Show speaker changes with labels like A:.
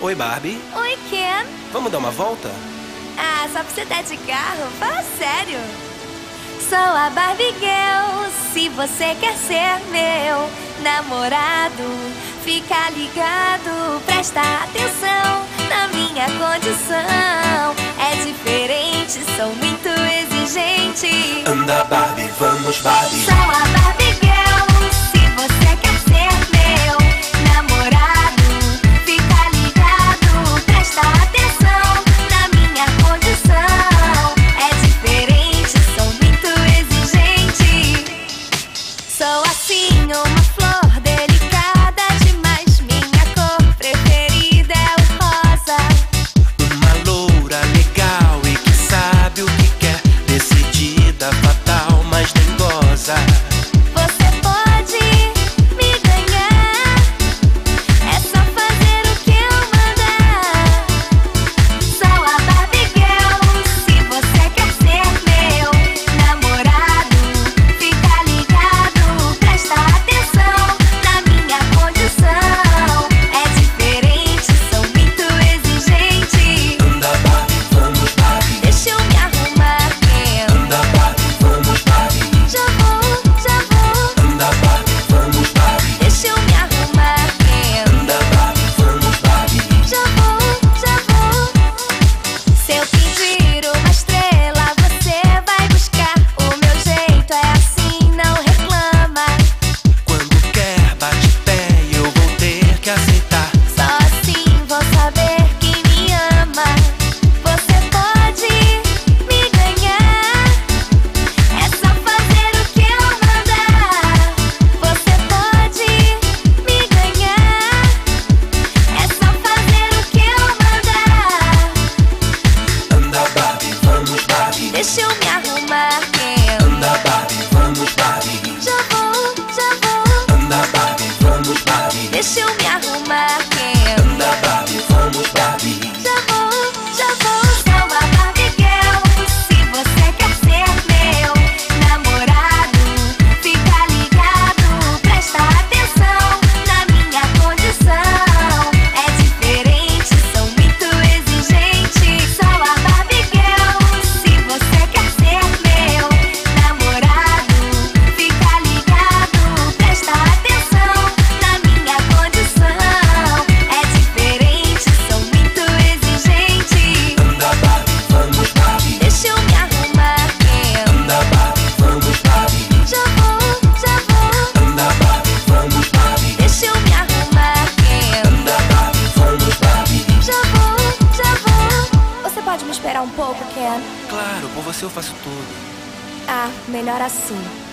A: Oi, Barbie.
B: Oi, Ken.
A: Vamos dar uma volta?
B: Ah, só pra você estar de carro? Fala sério. Sou a Barbie Girl, se você quer ser meu namorado, fica ligado, presta atenção na minha condição. É diferente, sou muito exigente.
A: Anda, Barbie, vamos, Barbie.
B: Sou a Barbie Girl, se você quer ser meu namorado, fica ligado, presta atenção na minha condição. É diferente, sou muito exigente. Sou assim uma flor delicada demais, minha cor preferida é o rosa.
A: Uma loura legal e que sabe o que quer. Decidida, fatal, mas nem goza.
B: Você pode me ganhar, é só fazer o que eu mandar. Sou a Barbie Girl, se você quer ser meu namorado, fica ligado, presta atenção na minha condição. É diferente, sou muito exigente.
A: Anda, Barbie, vamos, Barbie.
B: Deixa eu me arrumar, eu
A: Anda, Barbie, vamos, Barbie.
B: já vou, já vou.
A: Anda, Barbie, vamos, Barbie.
B: Deixa eu me arrumar, eu
A: Anda, Barbie, vamos, Barbie.
B: já vou, já vou. Se eu pedir uma estrela, você vai buscar. O meu jeito é assim, não reclama.
A: Quando quer, bate pé e eu vou ter que aceitar.
B: Só assim vou saber que me ama. Você pode me ganhar, é só fazer o que eu mandar. Você pode me ganhar, é só fazer o que eu mandar.
A: Anda, Barbie, vamos, Barbie.
B: Deixa eu me arrumar, eu
A: Anda, Barbie, vamos, Barbie.
B: já vou, já vou.
A: Anda, Barbie, vamos, Barbie.
B: Deixa eu me arrumar, eu
A: Anda, Barbie, vamos, Barbie.
B: Já vou, já vou, sou a Barbie Girl. Se você quer ser meu namorado, fica ligado, presta atenção na minha condição. É diferente, sou muito exigente. Sou a Barbie Girl. Se você quer ser meu namorado, fica ligado, presta atenção na minha condição. É diferente, sou muito exigente.
A: Anda, Barbie, vamos, Barbie.
B: Deixa eu me arrumar, eu
A: Anda, Barbie, vamos, Barbie.
B: já vou, já vou.
A: Anda, Barbie, vamos, Barbie.
B: Deixa eu me arrumar, eu
A: Anda, Barbie, vamos, Barbie.
B: já vou, já vou. Você pode me esperar um pouco, Ken?
A: Claro, por você eu faço tudo.
B: Ah, melhor assim.